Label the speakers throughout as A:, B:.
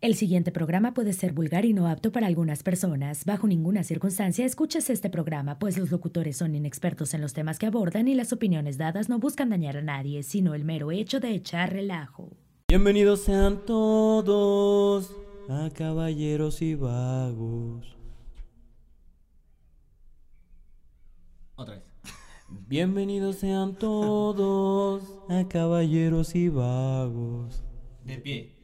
A: El siguiente programa puede ser vulgar y no apto para algunas personas. Bajo ninguna circunstancia escuches este programa, pues los locutores son inexpertos en los temas que abordan y las opiniones dadas no buscan dañar a nadie, sino el mero hecho de echar relajo.
B: Bienvenidos sean todos a Caballeros y Vagos.
C: Otra vez.
B: Bienvenidos sean todos a Caballeros y Vagos.
C: De pie.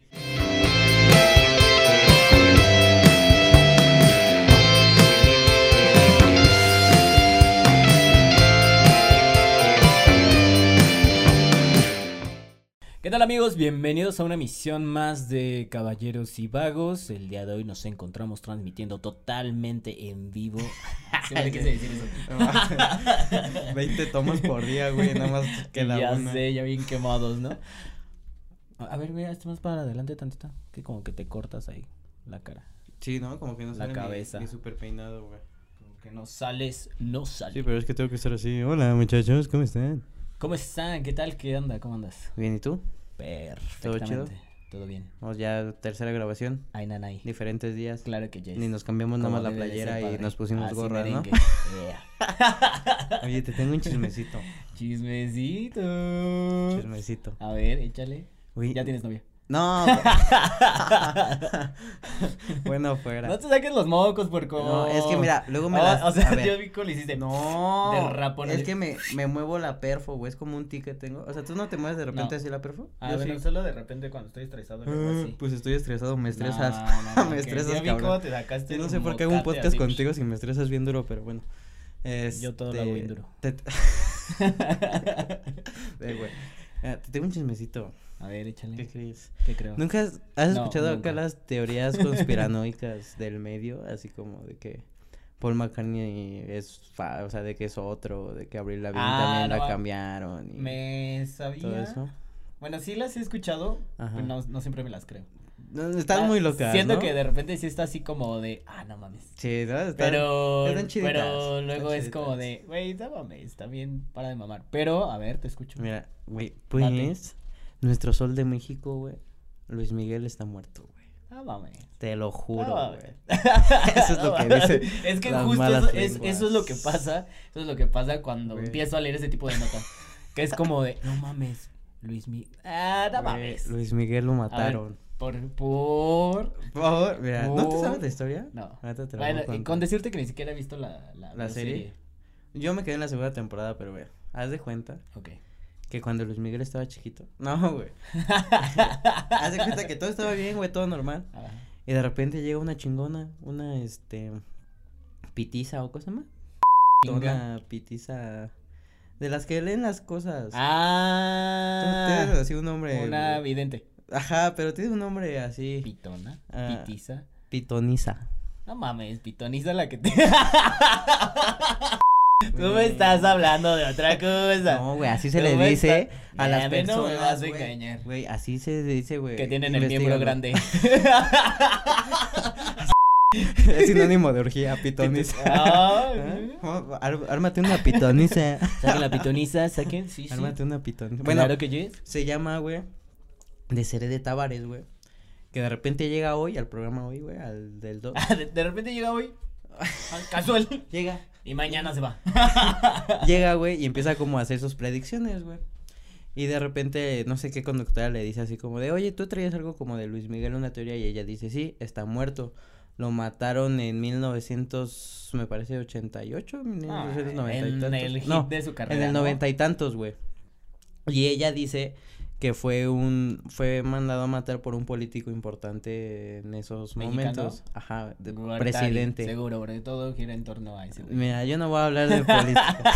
B: ¿Qué tal amigos? Bienvenidos a una emisión más de Caballeros y Vagos. El día de hoy nos encontramos transmitiendo totalmente en vivo.
C: Siempre quise decir eso.
D: No, 20 tomas por día, güey, nada más que la
B: ya
D: una.
B: sé, ya bien quemados, ¿no? A- A ver, mira, este más para adelante tantita, que como que te cortas ahí la cara.
D: Sí, ¿no? Como que no
B: La
D: sale mi-
B: cabeza.
D: Mi, super peinado, güey.
B: Como que no sales, no sales.
D: Sí, pero es que tengo que estar así. Hola, muchachos, ¿cómo están?
B: ¿Cómo están? ¿Qué tal? ¿Qué onda? ¿Cómo andas?
D: Bien, ¿y tú?
B: Perfectamente.
D: chido?
B: Todo bien.
D: Vamos ya tercera grabación,
B: Ay, nanay.
D: diferentes días.
B: Claro que ya es.
D: Ni nos cambiamos nada
B: como
D: más la
B: debe de
D: playera
B: ser,
D: y
B: padre.
D: nos pusimos
B: Así
D: gorras, ¿no?
B: merengue. Yeah.
D: Oye, te tengo un chismecito.
B: Chismecito.
D: chismecito.
B: A ver, échale.
D: Uy,
B: Ya tienes novia.
D: No. güey. bueno, fuera.
B: No te saques los mocos, puerco.
D: No, es que mira, luego me
B: Ah,
D: las-
B: O sea,
D: a ver.
B: yo vi que lo hiciste.
D: No.
B: De rapón,
D: Es
B: así.
D: que me, me muevo la perfo, güey. Es como un ticket tengo. O sea, ¿tú no te mueves de repente
B: No.
D: así la perfo?
B: Ah,
D: Yo
B: bueno,
D: sí.
B: solo de repente cuando estoy estresado le hago
D: Ah,
B: así.
D: Pues estoy estresado, me estresas.
B: No, no, no,
D: me
B: que
D: estresas,
B: ya vi cómo
D: cabrón.
B: te sacaste
D: Yo no
B: el
D: sé por qué hago un
B: mocate
D: podcast
B: así. pues.
D: contigo si me estresas bien duro, pero bueno.
B: Yo todo lo hago bien duro.
D: Este, te- Eh, güey. Ah, Te tengo un chismecito.
B: A ver, échale.
D: ¿Qué
B: ¿Qué,
D: crees?
B: creo?
D: ¿Nunca has, has
B: No,
D: escuchado
B: nunca.
D: acá las teorías conspiranoicas del medio? Así como de que Paul McCartney es, fa- o sea, de que es otro, de que Abril Lavigne
B: Ah,
D: también
B: no,
D: la
B: ah,
D: cambiaron y
B: Me sabía.
D: todo eso.
B: Bueno, sí las he escuchado,
D: Ajá.
B: pero no, no siempre me las creo.
D: No, Están
B: Ah,
D: muy locas,
B: Siento
D: ¿no?
B: que de repente sí está así como de, ah, no mames.
D: Sí, ¿no? Están-
B: Pero,
D: están chiditas,
B: pero
D: están
B: luego es como
D: chiditas.
B: de, güey, no mames, también para de mamar. Pero, a ver, te escucho.
D: Mira, güey, pues
B: Date.
D: nuestro sol de México, güey, Luis Miguel está muerto, güey.
B: No Ah, mames.
D: Te lo
B: no
D: juro,
B: mames.
D: güey. Eso es lo que dicen
B: Es que
D: las
B: justo
D: malas
B: eso es,
D: lenguas.
B: eso es lo que pasa. Eso es lo que pasa cuando
D: Güey.
B: empiezo a leer ese tipo de notas. Que es como de, no mames, Luis Miguel. Ah, no
D: Güey,
B: mames.
D: Luis Miguel lo
B: A ver,
D: mataron.
B: Por, por.
D: Por favor, mira, ¿no te
B: Por-
D: sabes la historia?
B: No.
D: Ahorita te la
B: Bueno,
D: voy a
B: y
D: contar.
B: con decirte que ni siquiera he visto la, la,
D: ¿La serie? Yo me quedé en la segunda temporada, pero, güey, haz de cuenta
B: Ok.
D: que cuando Luis Miguel estaba chiquito. No, güey. haz de cuenta que todo estaba bien, güey, todo normal.
B: Ah,
D: Y de repente llega una chingona, una, este, pitiza o cosa más.
B: chinga.
D: Una pitiza de las que leen las cosas.
B: Ah,
D: Tiene así un nombre.
B: una
D: güey.
B: vidente.
D: Ajá, pero tiene un nombre así.
B: Pitona,
D: Ah.
B: pitiza.
D: Pitoniza.
B: No mames, pitoniza la que te. Tú me estás hablando de otra cosa.
D: No, güey, así se
B: Pero
D: le
B: güey,
D: dice
B: está-
D: a
B: Mira,
D: las
B: a mí no me
D: personas.
B: vas a
D: güey.
B: engañar.
D: Güey, así se dice, güey.
B: que tienen el miembro
D: Investígalo.
B: grande.
D: es sinónimo de orgía, pitoniza.
B: Ah,
D: Ah, ar- Ármate una pitoniza.
B: Saquen la pitoniza, saquen. Sí, sí.
D: Ármate una pitoniza.
B: Bueno,
D: Bueno,
B: claro que sí.
D: se llama, güey, de Seré de Tavares, güey. Que de repente llega hoy al programa hoy, güey, al del 2.
B: Ah, De, de repente llega hoy. ah, Casual.
D: llega.
B: Y mañana se va.
D: llega, güey, y empieza como a hacer sus predicciones, güey. Y de repente, no sé qué conductora le dice así como de, oye, tú traías algo como de Luis Miguel, una teoría, y ella dice, sí, está muerto. Lo mataron en 1900, me parece, 88, 1990 y
B: Ah, en
D: tantos.
B: el hit
D: No,
B: de su carrera.
D: en el
B: ¿no?
D: noventa y tantos, güey. Y ella dice que fue un, fue mandado a matar por un político importante en esos
B: ¿Mexicano?
D: momentos. Ajá, de-
B: Gortari,
D: presidente.
B: Seguro, porque todo gira en torno a ese. güey.
D: Mira, yo no voy a hablar de política.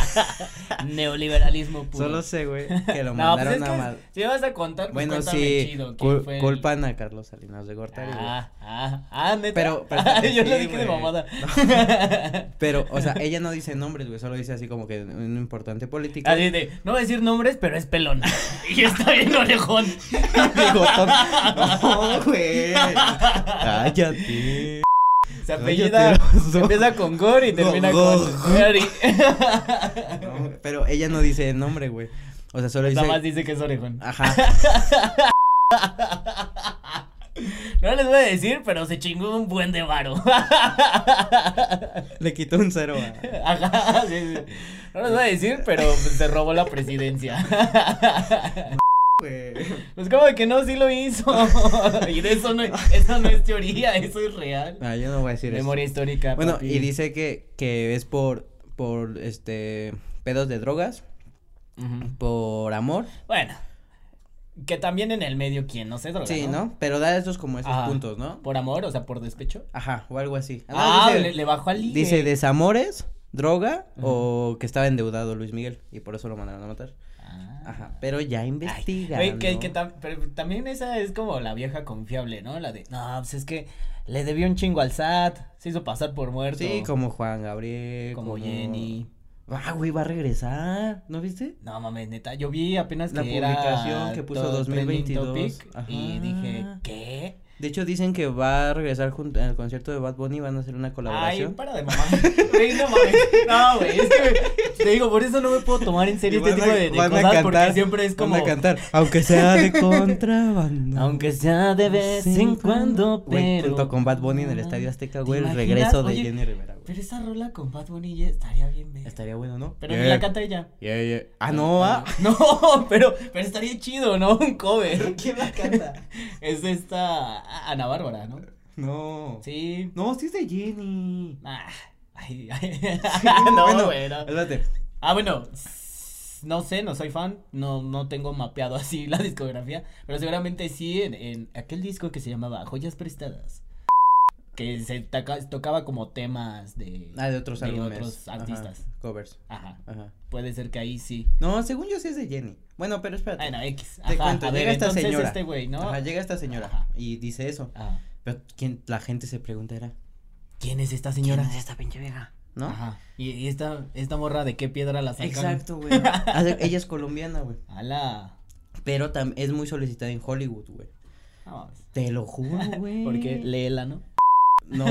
B: Neoliberalismo puro.
D: Solo sé, güey, que lo
B: No, pues
D: mandaron
B: es
D: a
B: que
D: mal.
B: si vas a contar, pues
D: Bueno,
B: cuéntame
D: sí,
B: chido. ¿quién
D: cul-
B: fue el-
D: culpan a Carlos Salinas de Gortari, güey.
B: Ah, ah, ah, neta.
D: Pero- pero
B: Ah,
D: espérate,
B: yo lo
D: sí,
B: dije de
D: güey.
B: mamada.
D: Pero, o sea, ella no dice nombres, güey, solo dice así como que un importante político.
B: Así de, no voy a decir nombres, pero es pelón. y está bien orejón.
D: Bigotón. No, güey. Cállate.
B: Se apellida,
D: Cállate, oso.
B: empieza con Gor y termina
D: Go-
B: con Gary.
D: No, pero ella no dice nombre, güey. O sea, solo
B: Nada más
D: dice.
B: dice que es orejón.
D: Ajá.
B: No les voy a decir, pero se chingó un buen de varo.
D: Le quitó un cero a-
B: Ajá, sí, sí. No les voy a decir, pero pues, se robó la presidencia. Pues como que no, sí lo hizo.
C: Y de eso no, eso no es teoría, eso es real.
D: No, Ah, yo no voy a decir eso.
B: Memoria histórica.
D: Bueno,
B: papi.
D: y dice que, que es por, por, este, pedos de drogas,
B: Ujú.
D: por amor,
B: Bueno, que también en el medio quien no se droga.
D: sí, ¿no? Pero da estos como esos
B: Ajá.
D: puntos, ¿no?
B: Por amor, o sea, por despecho.
D: Ajá, o algo así. Ah, no,
B: Ah,
D: dice,
B: le, le bajó al ligue.
D: dice desamores, droga o que estaba endeudado Luis Miguel y por eso lo mandaron a matar.
B: Ah.
D: Ajá, pero ya
B: Ay,
D: investiga.
B: güey, que, que tam- pero también esa es como la vieja confiable, ¿no? La de, no, pues es que le debió un chingo al SAT, se hizo pasar por muerto.
D: Sí, como Juan Gabriel.
B: Como Jenny.
D: Ah, güey, va a regresar. ¿No viste?
B: No mames, neta, yo vi apenas
D: La
B: que era
D: publicación que puso
B: todo trending
D: 2022.
B: topic y
D: Ajá.
B: dije, ¿qué?
D: De hecho, dicen que va a regresar junto en el concierto de Bad Bunny. Van a hacer una
B: Ay,
D: colaboración.
B: para de mamá. Güey, no mames. No, güey, es que güey, te digo, por eso no me puedo tomar en
D: Y
B: serio
D: van
B: este tipo
D: a-
B: de, de
D: van a
B: cosas porque
D: cantar,
B: siempre es como
D: Van a cantar, aunque sea de contrabando.
B: Aunque sea de vez en cuando,
D: Güey,
B: pero
D: junto con Bad Bunny en el Estadio Azteca,
B: ¿Te
D: güey, el
B: imaginas?
D: regreso de
B: Oye,
D: Jenny Rivera, güey.
B: Pero esa rola con Bad Bunny ya estaría bien, verga.
D: Estaría bueno, ¿no?
B: Pero ni la canta ella.
D: Yeah, yeah. Ah, no, ah.
B: No, pero, pero estaría chido, ¿no? Un cover.
D: ¿Quién la canta?
B: Es de esta Ana Bárbara, ¿no?
D: No.
B: Sí.
D: No, sí es de Jenny.
B: Ah, ay, ay. no,
D: bueno,
B: güey, no.
D: Espérate.
B: Ah, bueno. s- No sé, no soy fan. No, no tengo mapeado así la discografía. Pero seguramente sí en, en aquel disco que se llamaba Joyas Prestadas. Que se taca- tocaba como temas de.
D: Ah, de otros
B: de
D: álbumes.
B: otros
D: Ajá,
B: artistas.
D: Covers.
B: Ajá.
D: Ajá.
B: Puede ser que ahí sí.
D: No, según yo sí es de Jenny. Bueno, pero espérate.
B: Bueno, X.
D: Te
B: Ajá,
D: cuento,
B: a ver,
D: llega esta
B: entonces
D: señora.
B: este güey, ¿no?
D: Ajá, llega esta señora
B: Ajá.
D: y dice eso.
B: Ajá.
D: Pero quien, la gente se preguntará,
B: ¿Quién es esta señora?
D: ¿quién es esta pinche vieja? ¿No?
B: Ajá. ¿Y, y esta, esta morra de qué piedra la sacaron?
D: Exacto, güey. Ah, Ella es colombiana, güey.
B: Ala.
D: Pero tam- es muy solicitada en Hollywood, güey.
B: Vamos.
D: Te lo juro, güey.
B: Porque léela, ¿no?
D: No.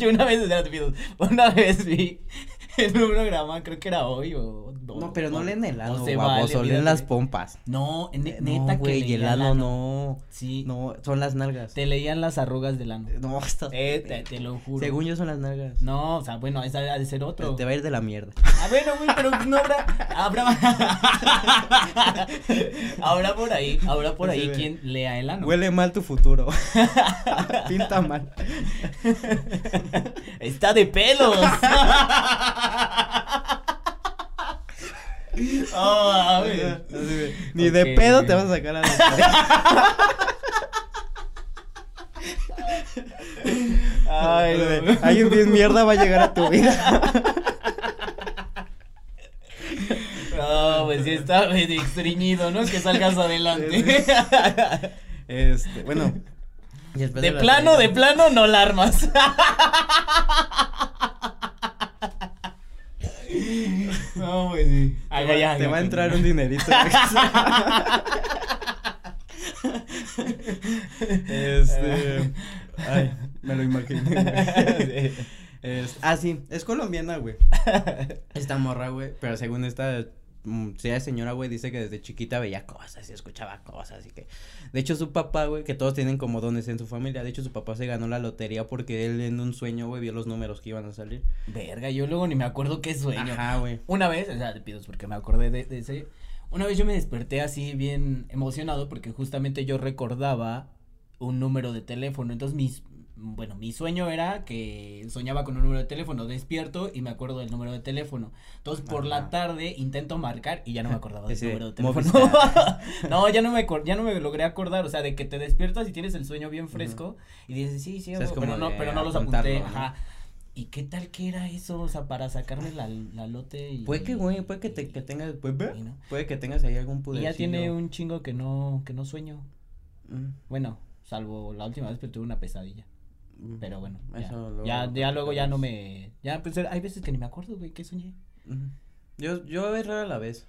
B: Yo una vez, espérate, pido, una vez vi en un programa, creo que era hoy o...
D: No, pero no leen el
B: helado,
D: ano, baboso, leen las pompas.
B: No, ne-
D: no,
B: neta que
D: güey, y el
B: leía
D: ano no.
B: Sí,
D: No, son las nalgas.
B: te leían las arrugas del ano.
D: No, estás.
B: Eh, te, te lo juro.
D: Según yo son las nalgas.
B: No, o sea, bueno, esa ha de ser otro.
D: Te va a ir de la mierda.
B: Ah, bueno, güey, pero no habrá, habrá, habrá por ahí, habrá por ahí
D: Sí, güey.
B: quien lea el ano.
D: Huele mal tu futuro. Pinta mal.
B: Está de pelos. Oh, a ver.
D: Así de, Ni
B: Ok.
D: de pedo te vas a sacar a la
B: Ay, no.
D: de, Alguien bien mierda va a llegar a tu vida.
B: No, pues sí está medio estreñido, ¿no? Que salgas adelante.
D: Este, bueno. y después
B: De
D: la
B: plano, de
D: salida-
B: plano, no la armas. No, pues sí.
D: Te va, te va a entrar un dinerito. este. Ay, me lo imaginé. güey. Es- ah, sí, es colombiana, güey. Esta morra, güey. Pero según esta mm, sea señora, güey, dice que desde chiquita veía cosas y escuchaba cosas y que. De hecho, su papá, güey, que todos tienen como dones en su familia. De hecho, su papá se ganó la lotería porque él en un sueño, güey, vio los números que iban a salir.
B: Verga, yo luego ni me acuerdo qué sueño.
D: Ajá, güey.
B: Una vez, o sea, te pido porque me acordé de, de ese. Una vez yo me desperté así bien emocionado porque justamente yo recordaba un número de teléfono. Entonces, mis, bueno, mi sueño era que soñaba con un número de teléfono, despierto y me acuerdo del número de teléfono. Entonces, por la
D: Ajá.
B: tarde intento marcar y ya no me acordaba del
D: Ese,
B: número de teléfono.
D: Movistar.
B: no, ya no me acor- ya no me logré acordar, o sea, de que te despiertas y tienes el sueño bien fresco y dices, "Sí, sí,
D: O sea, es
B: hago",
D: como
B: pero no,
D: de
B: pero no los
D: apuntarlo,
B: apunté,
D: ¿no?
B: ajá. ¿Y qué tal que era eso? O sea, para sacarme la, la lote y...
D: Puede que, güey, puede que, te, que tengas, puede,
B: Y no.
D: puede que tengas ahí algún
B: Y
D: poder.
B: ya tiene un chingo que no, que no sueño. Bueno, salvo la última vez que tuve una pesadilla. Pero bueno, ya,
D: Eso luego
B: ya,
D: lo
B: ya luego ya no
D: platicamos.
B: me... Ya, pues, hay veces que ni me acuerdo, güey, que soñé.
D: Yo, yo es rara la vez.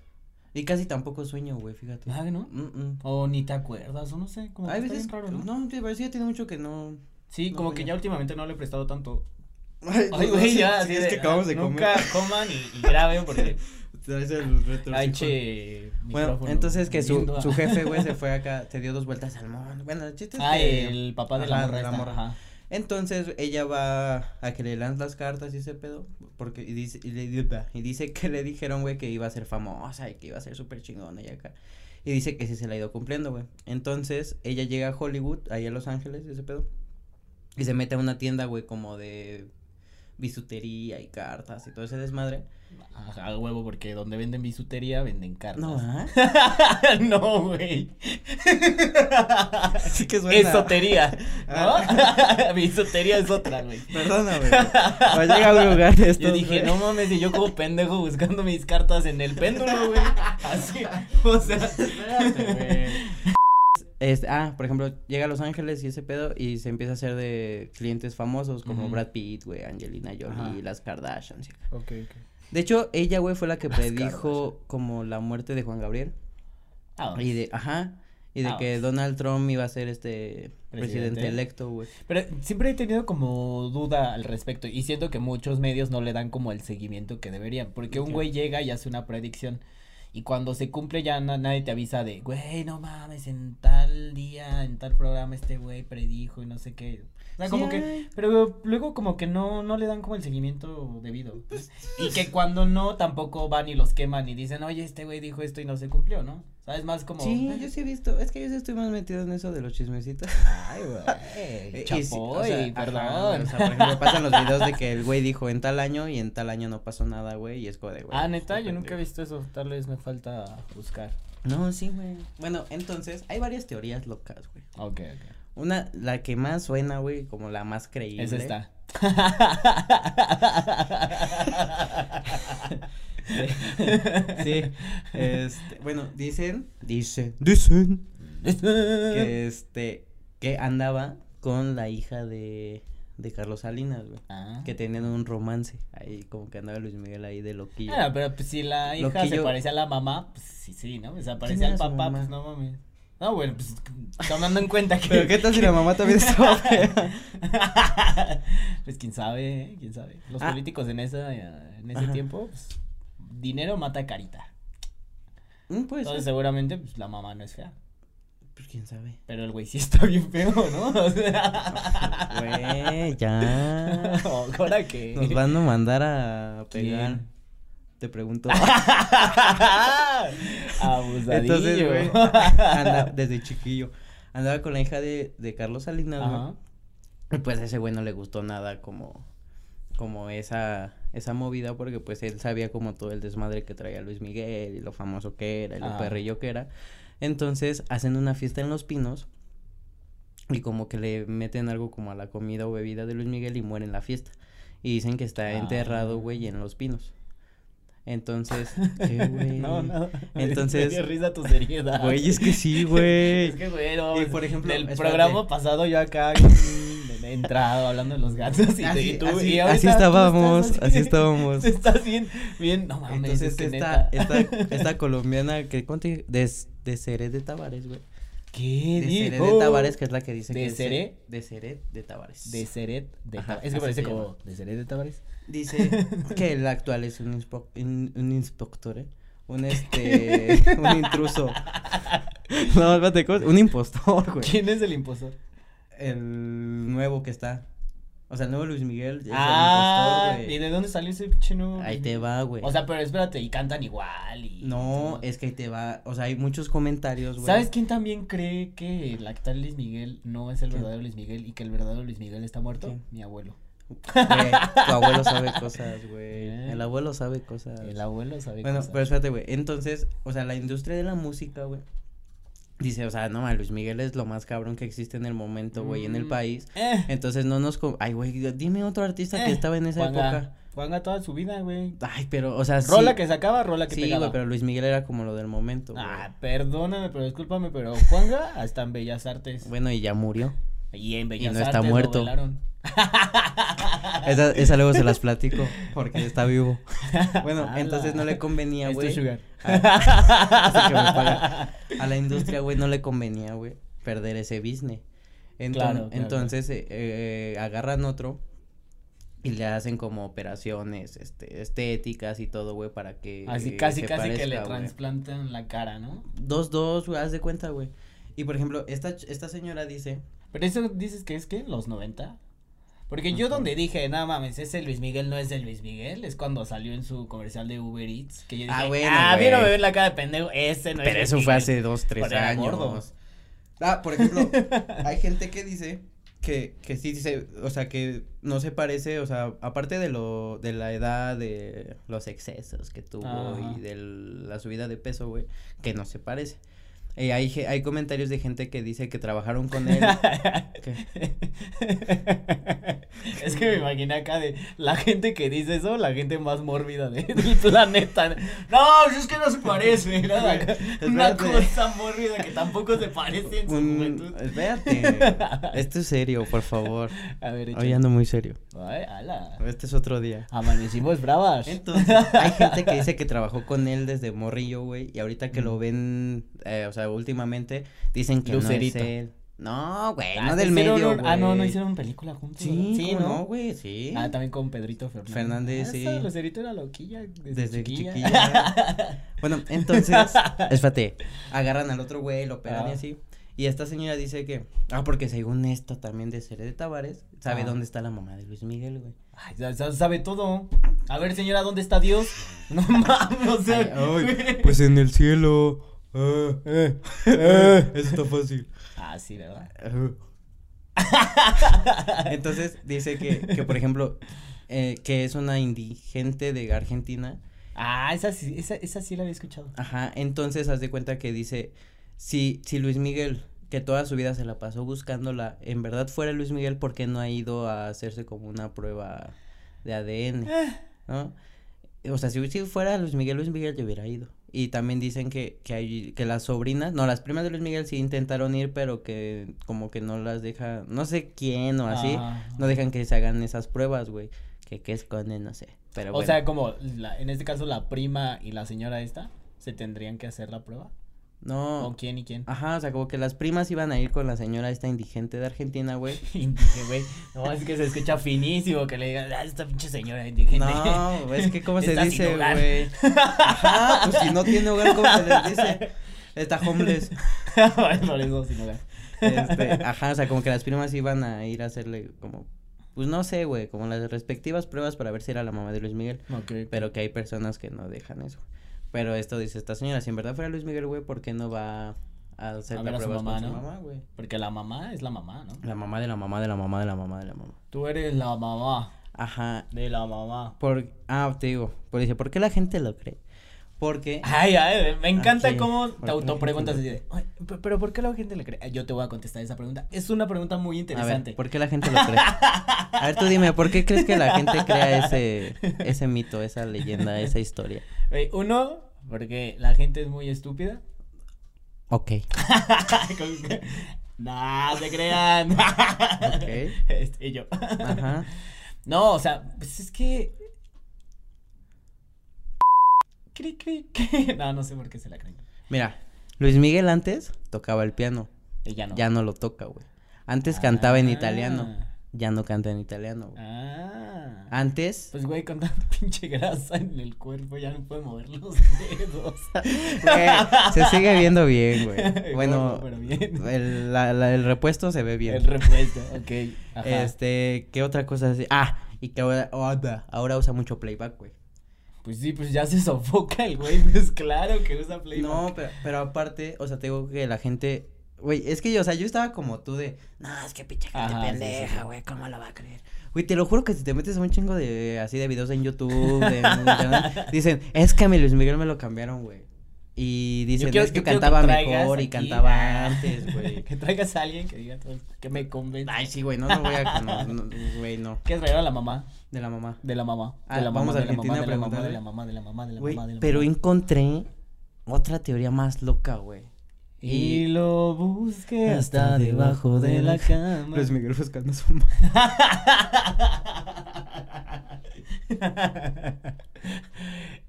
D: Y casi tampoco sueño, güey, fíjate.
B: Ah, ¿no?
D: Mm, mm.
B: O ni te acuerdas, o no sé, como que
D: Hay
B: está
D: veces.
B: bien raro,
D: ¿no?
B: ¿no?
D: te parece que tiene mucho que no.
B: Sí,
D: no
B: como que
D: sueño.
B: ya últimamente no le he prestado tanto.
D: Ay,
B: Ay, güey, ya, así
D: sí, es
B: de, "Ah,
D: que acabamos de
B: nunca
D: comer.
B: coman y, y graben porque
D: traes el retrocifón.
B: Ay, che,
D: Bueno,
B: micrófono
D: entonces que su,
B: viendo a-
D: su jefe, güey, se fue acá, se dio dos vueltas al mundo. Bueno, el chiste es
B: Ah,
D: que-
B: el papá de
D: este, Ajá,
B: la morra.
D: de la
B: esta,
D: morra.
B: ajá.
D: Entonces ella va a que le lean las cartas y ese pedo, porque y dice, y le, di- y dice que le dijeron, güey, que iba a ser famosa y que iba a ser súper chingona y acá. Y dice que sí se la ha ido cumpliendo, güey. Entonces ella llega a Hollywood, ahí a Los Ángeles, ese pedo, y se mete a una tienda, güey, como de bisutería y cartas y todo ese desmadre.
B: Ajá, a huevo, porque donde venden bisutería, venden cartas.
D: No, ¿ah?
B: no, güey.
D: Sí que suena. Ah.
B: Esotería, ¿no? Bisutería es otra, güey.
D: Perdóname, güey. O llega a un lugar de estos,
B: Yo dije,
D: güey.
B: no mames, y yo como pendejo buscando mis cartas en el péndulo, güey. Así, o sea.
D: Este, ah, por ejemplo, llega a Los Ángeles y ese pedo y se empieza a hacer de clientes famosos como
B: Ujú.
D: Brad Pitt, güey, Angelina Jolie,
B: Ajá.
D: las Kardashians. y acá.
C: Ok, ok.
D: De hecho, ella, güey, fue la que predijo como la muerte de Juan Gabriel
B: Ah,
D: y de, ajá, y de
B: Ah,
D: que Donald Trump iba a ser este presidente,
B: Presidente.
D: electo, güey.
B: Pero siempre he tenido como duda al respecto y siento que muchos medios no le dan como el seguimiento que deberían, porque un
D: Ya.
B: güey llega y hace una predicción y cuando se cumple ya na- nadie te avisa de, güey, no mames, en tal día, en tal programa este güey predijo y no sé qué. O sea,
D: Sí
B: como que,
D: hay.
B: pero luego como que no, no le dan como el seguimiento debido.
D: Pues,
B: Y que cuando no, tampoco van y los queman y dicen, oye, este güey dijo esto y no se cumplió, ¿no? ¿Sabes? Más como... eh.
D: Sí, yo sí he visto, es que yo sí estoy más metido en eso de los chismecitos.
B: Ay, güey.
D: Eh, Y sí,
B: Chapoy,
D: o sea, ajá,
B: perdón.
D: güey, o sea, por ejemplo, pasan los videos de que el güey dijo en tal año y en tal año no pasó nada, güey, y es como de, güey.
B: Ah, neta, yo
D: pendejo.
B: nunca he visto eso. Tal vez me falta buscar.
D: No, sí, güey. Bueno, entonces, hay varias teorías locas, güey.
B: Ok, ok.
D: Una, la que más suena, güey, como la más creíble.
B: Esa está.
D: Sí. Este, bueno, dicen. Dicen. Dicen. Que este. Que andaba con la hija de. De Carlos Salinas, güey.
B: Ah.
D: Que tenían un romance. Ahí, como que andaba Luis Miguel ahí de loquillo.
B: Ah, pero pues, si la hija se
D: Loquillo.
B: parece a la mamá, pues sí, sí, ¿no? Se parece
D: ¿Quién
B: al
D: era su
B: papá,
D: mamá?
B: pues no mames. No, bueno, pues tomando en cuenta que.
D: Pero qué tal si la mamá también estaba fea?
B: pues quién sabe, ¿eh? quién sabe. Los
D: Ah.
B: políticos en esa, en ese
D: Ajá.
B: tiempo, pues, dinero mata carita.
D: Mm, Pues,
B: Entonces seguramente pues, la mamá no es fea.
D: pues, quién sabe.
B: Pero el güey sí está bien feo, ¿no? O sea.
D: Güey, ya.
B: Ahora que.
D: Nos van a mandar a
B: ¿Quién?
D: pegar. Te pregunto.
B: Abusadillo.
D: Entonces, güey, anda- desde chiquillo. Andaba con la hija de, de Carlos Salinas, güey.
B: Ajá.
D: Y pues a ese güey no le gustó nada como, como esa, esa movida, porque pues él sabía como todo el desmadre que traía Luis Miguel y lo famoso que era y lo
B: Ah.
D: perrillo que era. Entonces hacen una fiesta en Los Pinos y como que le meten algo como a la comida o bebida de Luis Miguel y muere en la fiesta. Y dicen que está
B: Ah.
D: enterrado, güey, en Los Pinos. Entonces, ¿qué, güey?
B: No, no.
D: Entonces-
B: Me dio risa tu seriedad.
D: Güey, es que sí, güey.
B: Es que, güey, no, pues,
D: Y, por ejemplo,
B: del
D: espérate.
B: programa pasado yo acá mm, he entrado hablando de los gatos y,
D: Así-
B: y tú
D: así-
B: y ahorita
D: así
B: tú estás
D: estábamos, así estábamos.
B: Estás bien, bien, no mames,
D: Entonces
B: es que
D: esta,
B: neta.
D: esta, esta colombiana que ¿cuánto dije? de, de Ceret de Tavares, güey.
B: ¿Qué?
D: De
B: di-
D: Ceret de
B: oh.
D: Tavares, que es la que dice
B: ¿De
D: que es Cere-
B: Ceret?
D: de Ceret de Tavares.
B: De Seret de
D: Ajá,
B: Tavares. Es
D: así
B: que parece
D: se llama.
B: como. ¿De Seret de Tavares?
D: Dice que el actual es un, inspo- un, un inspector, ¿eh? un este un intruso. No, espérate, ¿cómo es? un impostor, güey.
B: ¿Quién es el impostor?
D: El nuevo que está. O sea, el nuevo Luis Miguel es
B: Ah, ¿y
D: el impostor, güey.
B: de dónde salió ese chino?
D: Ahí te va, güey.
B: O sea, pero espérate, y cantan igual y.
D: no, es que ahí te va, o sea, hay muchos comentarios, güey.
B: ¿Sabes quién también cree que el actual Luis Miguel no es el
D: ¿Quién?
B: verdadero Luis Miguel y que el verdadero Luis Miguel está muerto?
D: ¿Quién?
B: Mi abuelo.
D: Güey, tu abuelo sabe cosas, güey.
B: Eh.
D: El abuelo sabe cosas.
B: El abuelo sabe
D: bueno,
B: cosas.
D: pero espérate, güey. Entonces, o sea, la industria de la música, güey. Dice, o sea, no, ma, Luis Miguel es lo más cabrón que existe en el momento, este güey, en el
B: Mm.
D: país.
B: Eh,
D: Entonces no nos... co- Ay, güey, dime otro artista que
B: eh,
D: estaba en esa
B: Juanga, Juanga toda su vida, güey.
D: época. Ay, pero, o sea, sí.
B: Rola que sacaba, rola que
D: Sí,
B: pegaba.
D: güey, pero Luis Miguel era como lo del momento, güey.
B: Ah, perdóname, pero discúlpame, pero Juanga hasta en Bellas Artes.
D: Bueno, y ya murió.
B: Y en Bellas
D: no
B: Artes
D: está
B: lo
D: muerto.
B: velaron.
D: Esa, esa luego se las platico, porque está vivo. Bueno,
B: Ala.
D: entonces no le convenía,
B: Este Es tu
D: güey.
B: sugar.
D: a, así que me paga. A la industria, güey, no le convenía, güey, perder ese business. Enton-
B: Claro, claro,
D: entonces eh, eh, agarran otro Y le hacen como operaciones este, estéticas y todo, güey, para que.
B: Así
D: eh,
B: casi,
D: se
B: casi que
D: parezca,
B: le
D: güey.
B: trasplantan la cara, ¿no?
D: Dos, dos, güey, haz de cuenta, güey. Y por ejemplo, esta, ch- esta señora dice.
B: Pero eso dices que es que los 90. Porque yo donde dije, nada mames, ese Luis Miguel no es de Luis Miguel, es cuando salió en su comercial de Uber Eats, que yo dije,
D: Ah,
B: ah,
D: bueno,
B: vieron
D: güey.
B: me ven la cara de pendejo, ese no es
D: Pero
B: Luis
D: eso fue
B: Miguel".
D: hace dos, tres
B: Pero era
D: años.
B: gordo.
D: Ah, por ejemplo, hay gente que dice que, que sí dice, o sea, que no se parece, o sea, aparte de lo, de la edad, de los excesos que tuvo
B: Ajá.
D: y de la subida de peso, güey, que no se parece. Eh, hay, ge- hay comentarios de gente que dice que trabajaron con él. ¿Qué?
B: es que me imaginé acá de la gente que dice eso, la gente más mórbida de- del planeta. No, pues es que no se parece. nada, una
D: Espérate.
B: cosa mórbida que tampoco se parece en su
D: Un-
B: juventud.
D: espérate. Esto es serio, por favor.
B: A ver,
D: Hoy
B: échale.
D: eh, ando muy serio.
B: Ay, ala.
D: Este es otro día.
B: Amanecimos bravas.
D: Entonces, hay gente que dice que trabajó con él desde morrillo, güey, y ahorita que lo
B: Mm.
D: ven, eh, o sea, últimamente, dicen que
B: Lucerito.
D: no es él. No, güey,
B: Ah,
D: no del
B: hicieron
D: medio,
B: un-
D: güey.
B: Ah, no, no hicieron película juntos.
D: Sí,
B: ¿verdad?
D: ¿cómo no, güey, sí.
B: Ah, también con Pedrito Fernández.
D: Fernández,
B: Ah,
D: sí.
B: esa Lucerito era loquilla desde,
D: desde
B: chiquilla.
D: chiquilla. bueno, entonces, espérate, agarran al otro güey, lo operan y
B: Ah.
D: así. Y esta señora dice que, ah, porque según esto también de Cere de Tavares, sabe
B: Ah.
D: dónde está la mamá de Luis Miguel, güey.
B: Ay, ya- ya sabe todo. A ver, señora, ¿dónde está Dios? No mames, o sea.
D: pues en el cielo. Ah, eh, eso está fácil.
B: Ah, sí, ¿verdad?
D: Entonces dice que, que por ejemplo, eh, que es una indigente de Argentina.
B: Ah, esa sí, esa, esa sí la había escuchado.
D: Ajá, entonces haz de cuenta que dice, si, si Luis Miguel, que toda su vida se la pasó buscándola, en verdad fuera Luis Miguel, ¿por qué no ha ido a hacerse como una prueba de ADN? ¿No? O sea, si, si fuera Luis Miguel, Luis Miguel yo hubiera ido. Y también dicen que, que hay, que las sobrinas, no, las primas de Luis Miguel sí intentaron ir, pero que como que no las deja, no sé quién o así,
B: Ah.
D: no dejan que se hagan esas pruebas, güey. Que qué esconden, no sé. Pero
B: o
D: bueno.
B: sea, como la- en este caso la prima y la señora esta se tendrían que hacer la prueba.
D: no.
B: ¿Con quién y quién?
D: Ajá, o sea, como que las primas iban a ir con la señora esta indigente de Argentina, güey.
B: Dije, güey, no, es que se escucha finísimo que le digan, ah, esta pinche señora indigente.
D: No, es que cómo se
B: Está sin
D: dice,
B: hogar.
D: güey. Ajá, pues si no tiene hogar, ¿cómo se les dice? Está homeless.
B: Por eso, sin hogar.
D: Este, ajá, o sea, como que las primas iban a ir a hacerle como, pues no sé, güey, como las respectivas pruebas para ver si era la mamá de Luis Miguel.
B: Ok.
D: Pero que hay personas que no dejan eso. Pero esto dice esta señora, si en verdad fuera Luis Miguel, güey, ¿por qué no va a hacer
B: A
D: la
B: ver a su
D: prueba
B: mamá,
D: con su
B: ¿no?
D: mamá, güey?
B: Porque la mamá es la mamá, ¿no?
D: La mamá de la mamá de la mamá de la mamá de la mamá.
B: Tú eres la mamá
D: Ajá.
B: de la mamá.
D: Por, ah, te digo, por dice, ¿por qué la gente lo cree? Porque
B: Ay, ay, me encanta
D: Aquí,
B: cómo
D: ¿por qué
B: te
D: la
B: autopreguntas así
D: gente
B: de, "Ay, pe- pero ¿por qué la gente le cree? Eh, Yo te voy a contestar esa pregunta. Es una pregunta muy
D: A ver,
B: interesante.
D: ¿por qué la gente lo cree? A ver, tú dime, ¿por qué crees que la gente crea ese, ese mito, esa leyenda, esa historia?
B: Eh, Uno, porque la gente es muy estúpida.
D: Ok.
B: nah, se crean.
D: Ok. Ah.
B: Este, y yo.
D: Ajá.
B: No, o sea, pues es que. Cri, cri, cri. No, no sé por qué se la creen.
D: Mira, Luis Miguel antes tocaba el piano,
B: Eh, ya no.
D: ya no lo toca, güey. Antes cantaba en
B: Ah.
D: italiano, ya no canta en italiano, güey.
B: Ah.
D: Antes,
B: Pues, güey, con tanta pinche grasa en el cuerpo ya no puede mover los dedos.
D: güey, se sigue viendo bien, güey.
B: Gordo,
D: Bueno,
B: pero bien.
D: el, la- la- el repuesto se ve bien.
B: El repuesto, ok. Ajá.
D: Este, ¿qué otra cosa? así? Ah, y que ahora, ahora- ahora usa mucho playback, güey.
B: Pues sí, pues ya se sofoca el güey. Pues claro que usa playback.
D: No, pero, pero aparte, o sea, te digo que la gente, güey, es que yo, o sea, yo estaba como tú de, no, es que pinche gente
B: Ajá, sí, sí,
D: pendeja, güey, ¿cómo lo va a creer? Güey, te lo juro que si te metes a un chingo de, así de videos en YouTube, de, internet, dicen, es que a mi Luis Miguel me lo cambiaron, güey. Y dicen,
B: quiero-
D: es que
B: yo quiero
D: cantaba
B: traigas
D: mejor y
B: aquí- ah,
D: cantaba antes, güey.
B: que traigas a alguien que diga todo, que me convenza.
D: Ay, sí, güey, no, no voy a, no, no, güey, no,
B: ¿Qué traer a la mamá?
D: de la mamá.
B: De la mamá.
D: Ah,
B: de la mamá,
D: vamos a
B: de la mamá, de la
D: Argentina a
B: mamá, de
D: preguntarle.
B: la mamá, de la mamá, de la
D: Güey,
B: mamá, de la
D: pero
B: mamá.
D: encontré otra teoría más loca, güey.
B: Y lo busqué hasta
D: Hasta
B: debajo de la
D: debajo
B: cama.
D: Luis Miguel buscando a su mamá.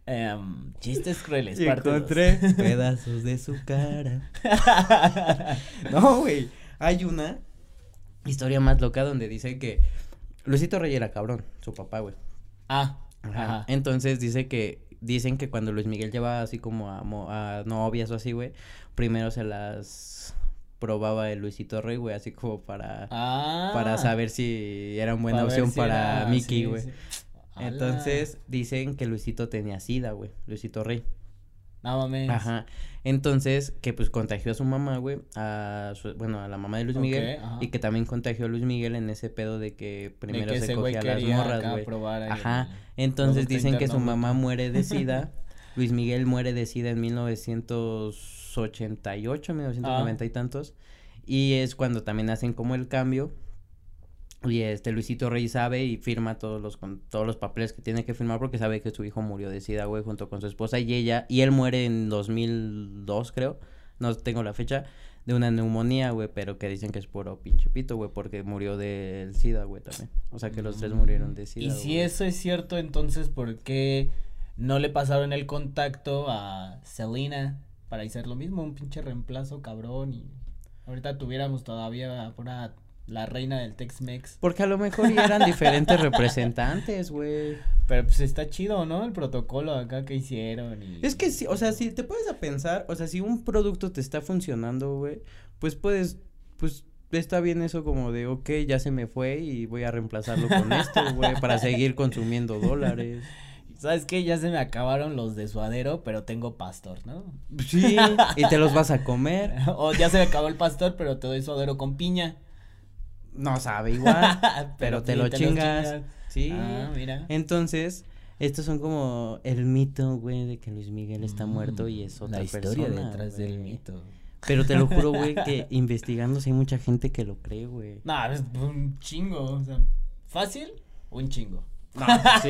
B: Em, chistes crueles,
D: Y
B: parte dos.
D: encontré pedazos de su cara. No, güey. Hay una historia más loca donde dice que Luisito Rey era cabrón, su papá, güey.
B: Ah,
D: Ajá.
B: ajá.
D: Entonces dice que dicen que cuando Luis Miguel llevaba así como a, mo- a novias o así, güey, primero se las probaba el Luisito Rey, güey, así como para
B: Ah.
D: para saber si era una buena
B: para ver
D: opción
B: si
D: para
B: era-
D: Mickey,
B: sí,
D: güey.
B: sí. Ala.
D: Entonces dicen que Luisito tenía sida, güey, Luisito Rey.
B: No mames.
D: Ajá. Entonces, que pues contagió a su mamá, güey, a su- bueno, a la mamá de Luis
B: Ok,
D: Miguel
B: ajá.
D: y que también contagió a Luis Miguel en ese pedo de que
B: De
D: primero
B: que
D: se
B: ese güey
D: cogía a las
B: quería
D: morras,
B: acá
D: güey.
B: probar ahí
D: Ajá.
B: el
D: Entonces
B: producto
D: dicen que su
B: interno
D: mamá
B: bruto.
D: muere de sida. Luis Miguel muere de sida en 1988, 1990
B: Ah.
D: y tantos. Y es cuando también hacen como el cambio. Y este Luisito Rey sabe y firma todos los con, todos los papeles que tiene que firmar porque sabe que su hijo murió de sida, güey, junto con su esposa y ella y él muere en 2002, creo. No tengo la fecha de una neumonía, güey, pero que dicen que es puro pinche pito, güey, porque murió del sida, güey, también. O sea, que los tres murieron de sida.
B: Mm. Y
D: güey.
B: si eso es cierto, entonces, ¿por qué no le pasaron el contacto a Selena para hacer lo mismo? Un pinche reemplazo cabrón y ahorita tuviéramos todavía a pura la reina del Tex-Mex.
D: Porque a lo mejor y eran diferentes representantes, güey.
B: Pero pues está chido, ¿no? El protocolo acá que hicieron y...
D: Es que sí, o sea, si te puedes a pensar, o sea, si un producto te está funcionando, güey, pues puedes, pues está bien eso como de, ok, ya se me fue y voy a reemplazarlo con esto, güey, para seguir consumiendo dólares.
B: ¿Sabes qué? Ya se me acabaron los de suadero, pero tengo pastor, ¿no?
D: Sí, y te los vas a comer.
B: o ya se me acabó el pastor, pero te doy suadero con piña.
D: No sabe igual, pero te
B: sí,
D: lo
B: los
D: chingas. Sí.
B: Ah, mira.
D: Entonces, estos son como el mito, güey, de que Luis Miguel está muerto y es otra
B: Mm, La historia
D: persona,
B: detrás del
D: güey.
B: mito.
D: Pero te lo juro, güey, que investigando sí hay mucha gente que lo cree, güey.
B: Nah, es un chingo, o sea, fácil, un chingo.
D: sí.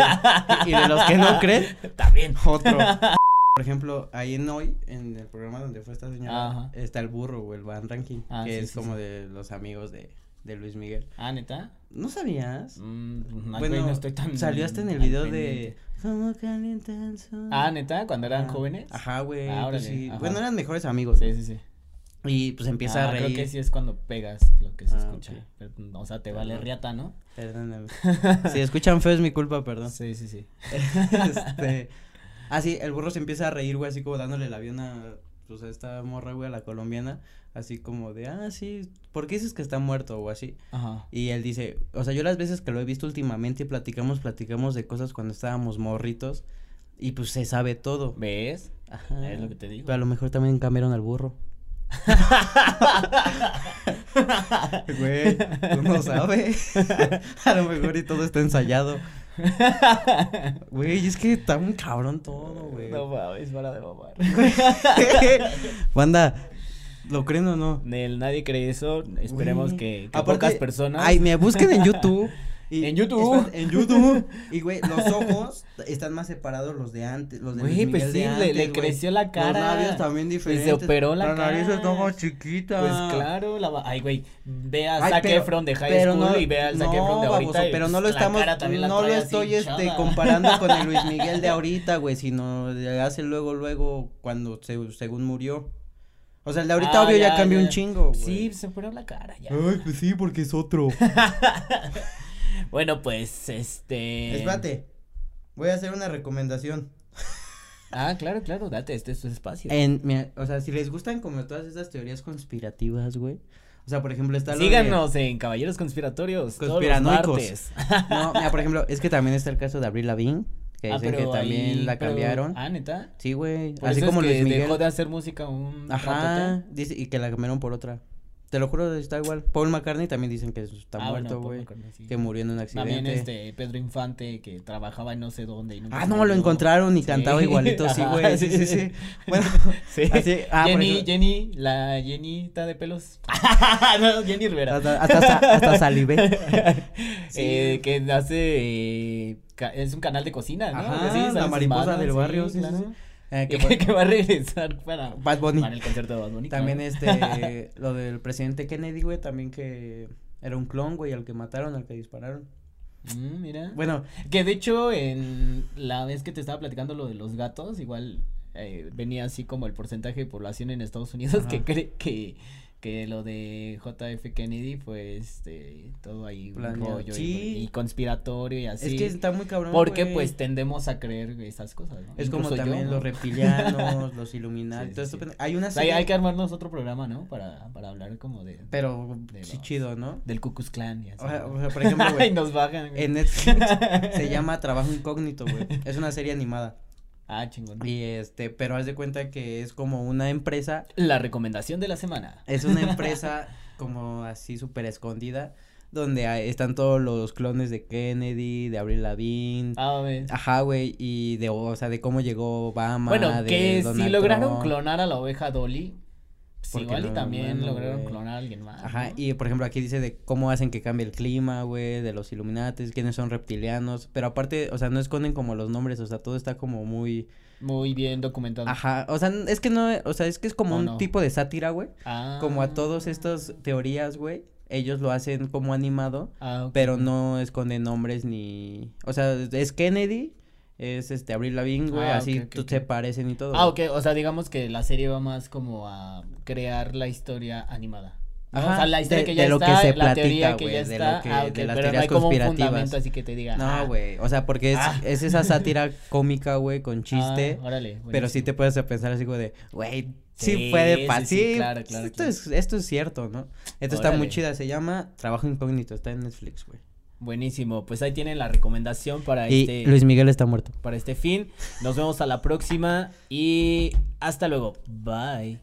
D: Y de los que no creen,
B: También.
D: otro. Por ejemplo, ahí en hoy, en el programa donde fue esta señora,
B: Ajá.
D: está el burro o el van ranking,
B: Ah,
D: que
B: sí,
D: es
B: sí,
D: como de los amigos de, de Luis Miguel.
B: Ah, ¿neta?
D: ¿No sabías?
B: Mm, no,
D: bueno,
B: güey, no estoy tan
D: salió hasta en el
B: al
D: video de
B: pendiente.
D: ¿Cómo calienta el sol?
B: Ah, ¿neta? ¿Cuando eran
D: Ajá.
B: jóvenes?
D: Ajá, güey.
B: Ah, órale,
D: pues sí.
B: ajá.
D: Bueno, eran mejores amigos.
B: Sí,
D: ¿no?
B: sí, sí.
D: Y pues empieza
B: Ah,
D: a reír.
B: Creo que sí es cuando pegas lo que se
D: Ah,
B: escucha.
D: ok.
B: Pero, o sea, te vale
D: Perdón.
B: riata, ¿no?
D: Perdóname. si escuchan feo es mi culpa, perdón.
B: Sí, sí, sí.
D: este. Ah, sí, el burro se empieza a reír, güey, así como dándole el avión a, pues, a esta morra, güey, a la colombiana, así como de, ah, sí, ¿por qué dices que está muerto o así?
B: Ajá.
D: Y él dice, o sea, yo las veces que lo he visto últimamente y platicamos, platicamos de cosas cuando estábamos morritos y pues se sabe todo.
B: ¿Ves?
D: Ajá.
B: Es lo que te digo.
D: Pero a lo mejor también cambiaron al burro. Güey, uno sabe. a lo mejor y todo está ensayado. Güey, es que está un cabrón todo, güey.
B: No mames, para de mamar.
D: Banda, ¿lo creen o no?
B: Nel, nadie cree eso. Esperemos
D: Güey.
B: que, que
D: Aparte,
B: pocas personas.
D: Ay, me busquen en YouTube. y-
B: En YouTube.
D: Espérate, en YouTube. Y güey, los ojos están más separados los de antes, los de
B: Güey,
D: Luis
B: pues
D: Miguel de
B: sí, le-
D: antes,
B: le
D: güey.
B: creció la cara.
D: Los labios también
B: Y se
D: diferentes.
B: operó la
D: nariz
B: cara.
D: está más chiquita.
B: Pues claro, la va- ay güey, ve a
D: Ay,
B: Zac
D: pero-
B: Efron de High
D: pero
B: School
D: no-
B: y ve al
D: no,
B: Zac Efron de ahorita.
D: baboso,
B: y,
D: pero no lo
B: pues, la
D: estamos,
B: cara también la
D: no lo
B: trae así
D: estoy este,
B: hinchada.
D: comparando con el Luis Miguel de ahorita, güey, sino le hace luego, luego, cuando se- según murió. O sea, el de ahorita
B: Ah,
D: obvio ya,
B: ya,
D: cambió
B: ya.
D: un chingo, güey.
B: Sí, se operó la cara ya.
D: pues sí, porque es otro.
B: Bueno, pues este.
D: Espérate, voy a hacer una recomendación.
B: Ah, claro, claro, date, este es tu espacio.
D: En, mira, o sea, si les gustan como todas esas teorías conspirativas, güey. O sea, por ejemplo, está lo de-
B: Síganos en Caballeros Conspiratorios. todos los
D: eh. Conspiranoicos.
B: martes. Ah,
D: No, mira, por ejemplo, es que también está el caso de Abril Lavigne, que
B: Ah,
D: dicen que
B: pero
D: también
B: ahí-
D: la
B: pero-
D: cambiaron.
B: Ah, neta.
D: Sí, güey.
B: Por
D: Así
B: eso
D: como
B: es que
D: Luis
B: dejó
D: Miguel.
B: de hacer música un
D: Ajá.
B: ratote.
D: Dice, y que la cambiaron por otra. Te lo juro, está igual. Paul McCartney también dicen que está
B: Ah, bueno,
D: muerto,
B: Paul
D: güey.
B: McCartney, sí.
D: Que murió en un accidente.
B: También este Pedro Infante que trabajaba en no sé dónde. y nunca
D: Ah,
B: se
D: no, lo
B: murió.
D: encontraron y
B: Sí.
D: cantaba igualito, sí,
B: Ajá,
D: güey. Sí, sí, sí. Bueno,
B: Sí.
D: así, ah, por
B: Jenny,
D: ejemplo-
B: Jenny, la Jennita de pelos. no, Jenny Rivera.
D: hasta, hasta, sa- hasta salivé. sí.
B: Eh, que hace eh, ca- es un canal de cocina, ¿no?
D: Ajá,
B: Así,
D: la
B: sale sus
D: mariposa
B: manos,
D: del barrio, sí,
B: claro.
D: sí, sí. Eh, que
B: Y
D: fue-
B: que va a regresar para,
D: Bad Bunny.
B: para el concierto de Bad Bunny.
D: También
B: claro.
D: este, lo del presidente Kennedy, güey, también que era un clon, güey, al que mataron, al que dispararon.
B: Mm, mira.
D: Bueno,
B: Que de hecho, en la vez que te estaba platicando lo de los gatos, igual eh, venía así como el porcentaje de población en Estados Unidos
D: Ajá.
B: que cree que, que lo de JF Kennedy fue este todo ahí un
D: Planeado.
B: rollo y-
D: Sí.
B: y, conspiratorio y así.
D: Es que está muy cabrón.
B: porque
D: güey.
B: pues tendemos a creer esas cosas, ¿no?
D: Es como
B: Incluso yo,
D: también
B: ¿no?
D: los reptilianos, los iluminados.
B: Sí,
D: todo
B: sí,
D: esto
B: sí.
D: pende- Hay una
B: O sea, hay- hay
D: serie,
B: que armarnos otro programa, ¿no? Para, para hablar como de
D: pero
B: de
D: sí
B: los-
D: chido, ¿no?
B: del Ku Klux Klan y así.
D: O sea,
B: ¿no?
D: o sea, por ejemplo, güey,
B: y nos bajan. güey.
D: en Netflix se llama Trabajo Incógnito, güey. Es una serie animada.
B: Ah, chingón.
D: Y este, pero haz de cuenta que es como una empresa
B: La recomendación de la semana.
D: Es una empresa como así súper escondida, donde hay- están todos los clones de Kennedy, de Avril Lavigne,
B: Ah, ves.
D: ajá, güey, y de, o sea, de cómo llegó Obama,
B: Bueno,
D: de
B: que si
D: Donald
B: lograron
D: Trump.
B: clonar a la oveja Dolly, pues
D: Porque
B: igual y
D: no,
B: también
D: bueno,
B: lograron
D: güey.
B: clonar a alguien más.
D: Ajá,
B: ¿no?
D: y por ejemplo aquí dice de cómo hacen que cambie el clima, güey, de los Illuminates, quiénes son reptilianos, pero aparte, o sea, no esconden como los nombres, o sea, todo está como muy,
B: Muy bien documentado.
D: ajá, o sea, n- es que no, o sea, es que es como
B: No,
D: un
B: no.
D: tipo de sátira, güey,
B: Ah.
D: como a todas estas teorías, güey, ellos lo hacen como animado,
B: Ah, ok.
D: pero no esconde nombres ni, o sea, es Kennedy, es este Abril Lavigne, güey,
B: Ah,
D: así
B: ok, ok,
D: tú
B: ok.
D: se parecen y todo.
B: Ah, ok,
D: güey.
B: o sea, digamos que la serie va más como a crear la historia animada. ¿no?
D: Ajá,
B: o sea, la historia
D: de-
B: que ya
D: de lo que
B: está,
D: se
B: la teoría
D: platica,
B: que
D: güey,
B: ya
D: de
B: está,
D: lo que-
B: ah,
D: de
B: ok,
D: las
B: pero no
D: teorías
B: hay como un
D: conspirativas.
B: fundamento así que te diga. ah,
D: No, güey, o sea, porque es,
B: Ah.
D: es esa sátira cómica, güey, con chiste,
B: ah, órale,
D: pero sí
B: buenísimo.
D: te puedes pensar así como de, güey, sí,
B: Sí,
D: puede pasar,
B: sí,
D: sí,
B: sí, claro, claro,
D: esto,
B: claro.
D: Es, esto es cierto, ¿no? Esto está muy
B: Órale.
D: chida, se llama Trabajo Incógnito, está en Netflix, güey.
B: Buenísimo, pues ahí tienen la recomendación para
D: Y
B: este
D: Luis Miguel está muerto.
B: para este fin. Nos vemos a la próxima y hasta luego. Bye.